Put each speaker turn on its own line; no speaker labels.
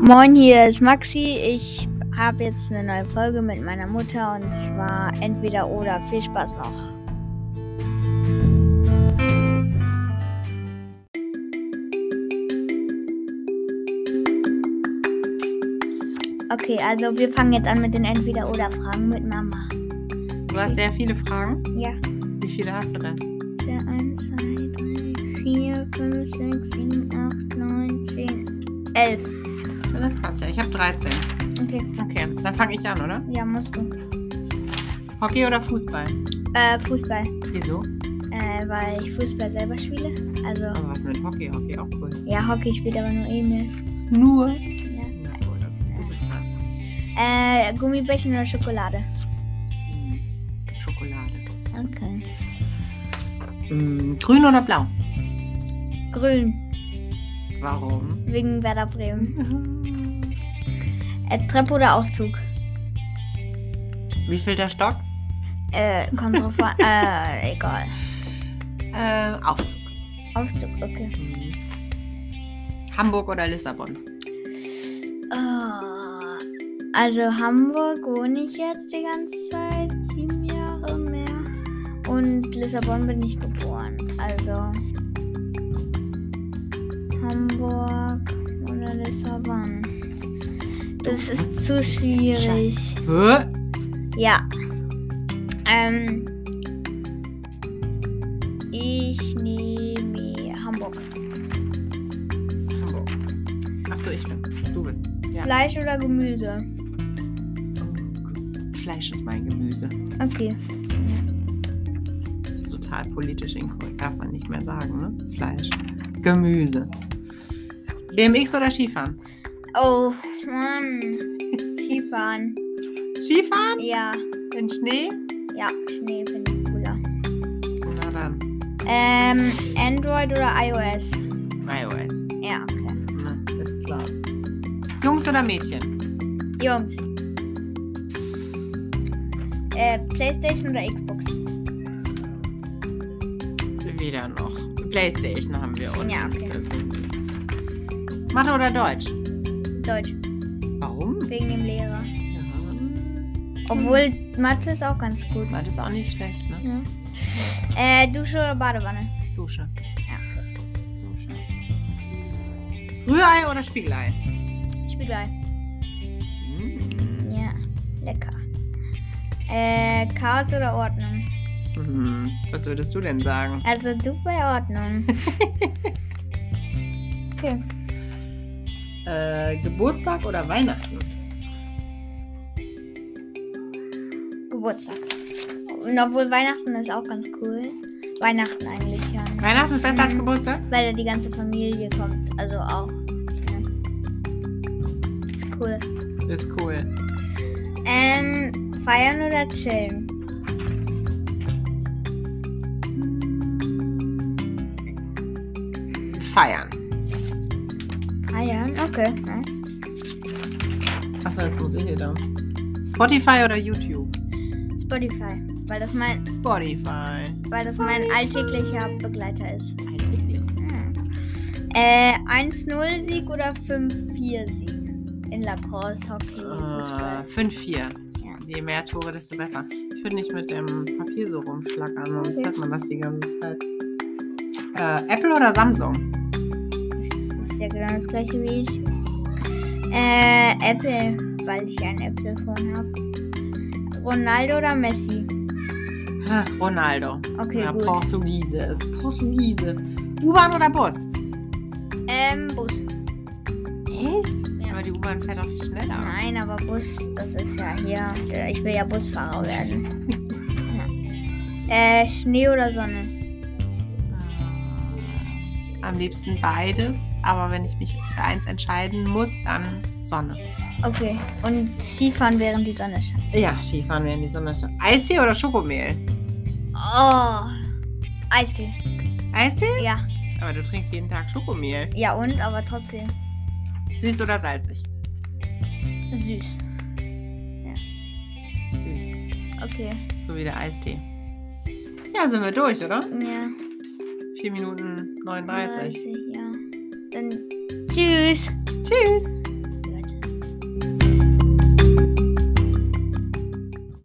Moin, hier ist Maxi. Ich habe jetzt eine neue Folge mit meiner Mutter und zwar entweder oder. Viel Spaß noch. Okay, also wir fangen jetzt an mit den entweder oder Fragen mit Mama.
Du hast sehr viele Fragen.
Ja.
Wie viele hast du denn?
1, 2, 3, 4, 5, 6, 7, 8, 9, 10, 11.
Ja, Das passt ja. Ich habe 13.
Okay,
Okay, dann fange ich an, oder?
ja, musst du.
Hockey oder Fußball?
Äh, Fußball.
Wieso?
Äh, weil ich Fußball selber spiele. Also,
Aber Oh, was mit Hockey? Hockey auch cool.
ja, Hockey spielt aber nur Emil.
Nur?
Ja.
Na gut, okay. Du bist halt, dran.
Äh, Gummibärchen oder Schokolade?
Hm, Schokolade.
Okay.
Hm, grün oder blau?
Grün,
Warum?
wegen Werder Bremen. Äh, Treppe oder Aufzug?
Wie viel der Stock?
Äh, kommt drauf an. äh, egal.
Äh, Aufzug.
Aufzug, okay.
Hm. Hamburg oder Lissabon?
Ah, also Hamburg wohne ich jetzt die ganze Zeit, sieben Jahre mehr. Und Lissabon bin ich geboren. Also Hamburg oder Lissabon. Das ist zu schwierig.
Hä?
Ja. Ähm, ich nehme Hamburg.
Hamburg. Achso, ich bin. Du bist. Ja.
Fleisch oder Gemüse?
Fleisch ist mein Gemüse.
Okay.
Das ist total politisch inkorrekt, darf man nicht mehr sagen, ne? Fleisch, Gemüse. BMX oder Skifahren?
Oh, Mann. Skifahren.
Skifahren?
Ja,
In Schnee?
ja, Schnee finde ich cooler.
Na dann,
Ähm, Android oder iOS?
iOS.
Ja, okay.
Na, ist klar. Jungs oder Mädchen?
Jungs. Äh, Playstation oder Xbox?
Wieder noch. Playstation haben wir und.
Ja, okay.
Mathe oder Deutsch?
Deutsch,
Warum?
wegen dem Lehrer.
Ja.
Obwohl, Mathe ist auch ganz gut.
Das ist auch nicht schlecht, ne?
Ja. Äh, Dusche oder Badewanne?
Dusche.
Ja, okay.
Dusche. Rührei oder Spiegelei?
Spiegelei.
Mm.
Ja, lecker. Äh, Chaos oder Ordnung?
Hm, Was würdest du denn sagen?
Also du bei Ordnung. okay.
Äh, Geburtstag oder Weihnachten?
Geburtstag. Und obwohl Weihnachten ist auch ganz cool. Weihnachten eigentlich, ja.
Weihnachten ist besser als
Mhm.
Geburtstag?
Weil da die ganze Familie kommt. Also auch. Ja. Ist cool.
Ist cool.
Ähm, feiern oder chillen?
Feiern.
Feiern, okay. Ja.
Achso, jetzt muss ich hier da. Spotify oder YouTube?
Spotify. Weil das mein,
Spotify.
weil das mein alltäglicher Begleiter ist.
Alltäglich.
Ja. Äh, 1-0-Sieg oder 5-4-Sieg? In Lacrosse, Hockey,
Äh,
Fußball.
5-4.
Ja.
Je mehr Tore, desto besser. Ich würde nicht mit dem Papier so rumschlackern, sonst
Okay.
hört man das die ganze Zeit. Äh, Apple oder Samsung?
Das ist ja genau das gleiche wie ich. Äh, Apple, weil ich ein Apple-Phone habe. Ronaldo oder Messi?
Ha, Ronaldo.
Okay,
ja,
gut.
Portugiese ist Portugiese. U-Bahn oder Bus?
Ähm, Bus.
Echt?
Ja.
Aber die U-Bahn fährt auch viel schneller.
Nein, aber Bus, das ist ja hier. Ich will ja Busfahrer werden. ja. Äh, Schnee oder Sonne?
Äh, Am liebsten beides, aber wenn ich mich für eins entscheiden muss, dann Sonne.
Okay. Und Skifahren während die Sonne scheint.
Ja, Skifahren wir in die Sonne. Eistee oder Schokomehl?
Oh. Eistee.
Eistee?
Ja.
Aber du trinkst jeden Tag Schokomehl.
Ja und, aber trotzdem
Süß oder salzig?
süß.
Süß.
Okay.
So wie der Eistee. Ja, sind wir durch, oder?
Ja.
4 Minuten 39.
30, ja. Dann tschüss.
Tschüss.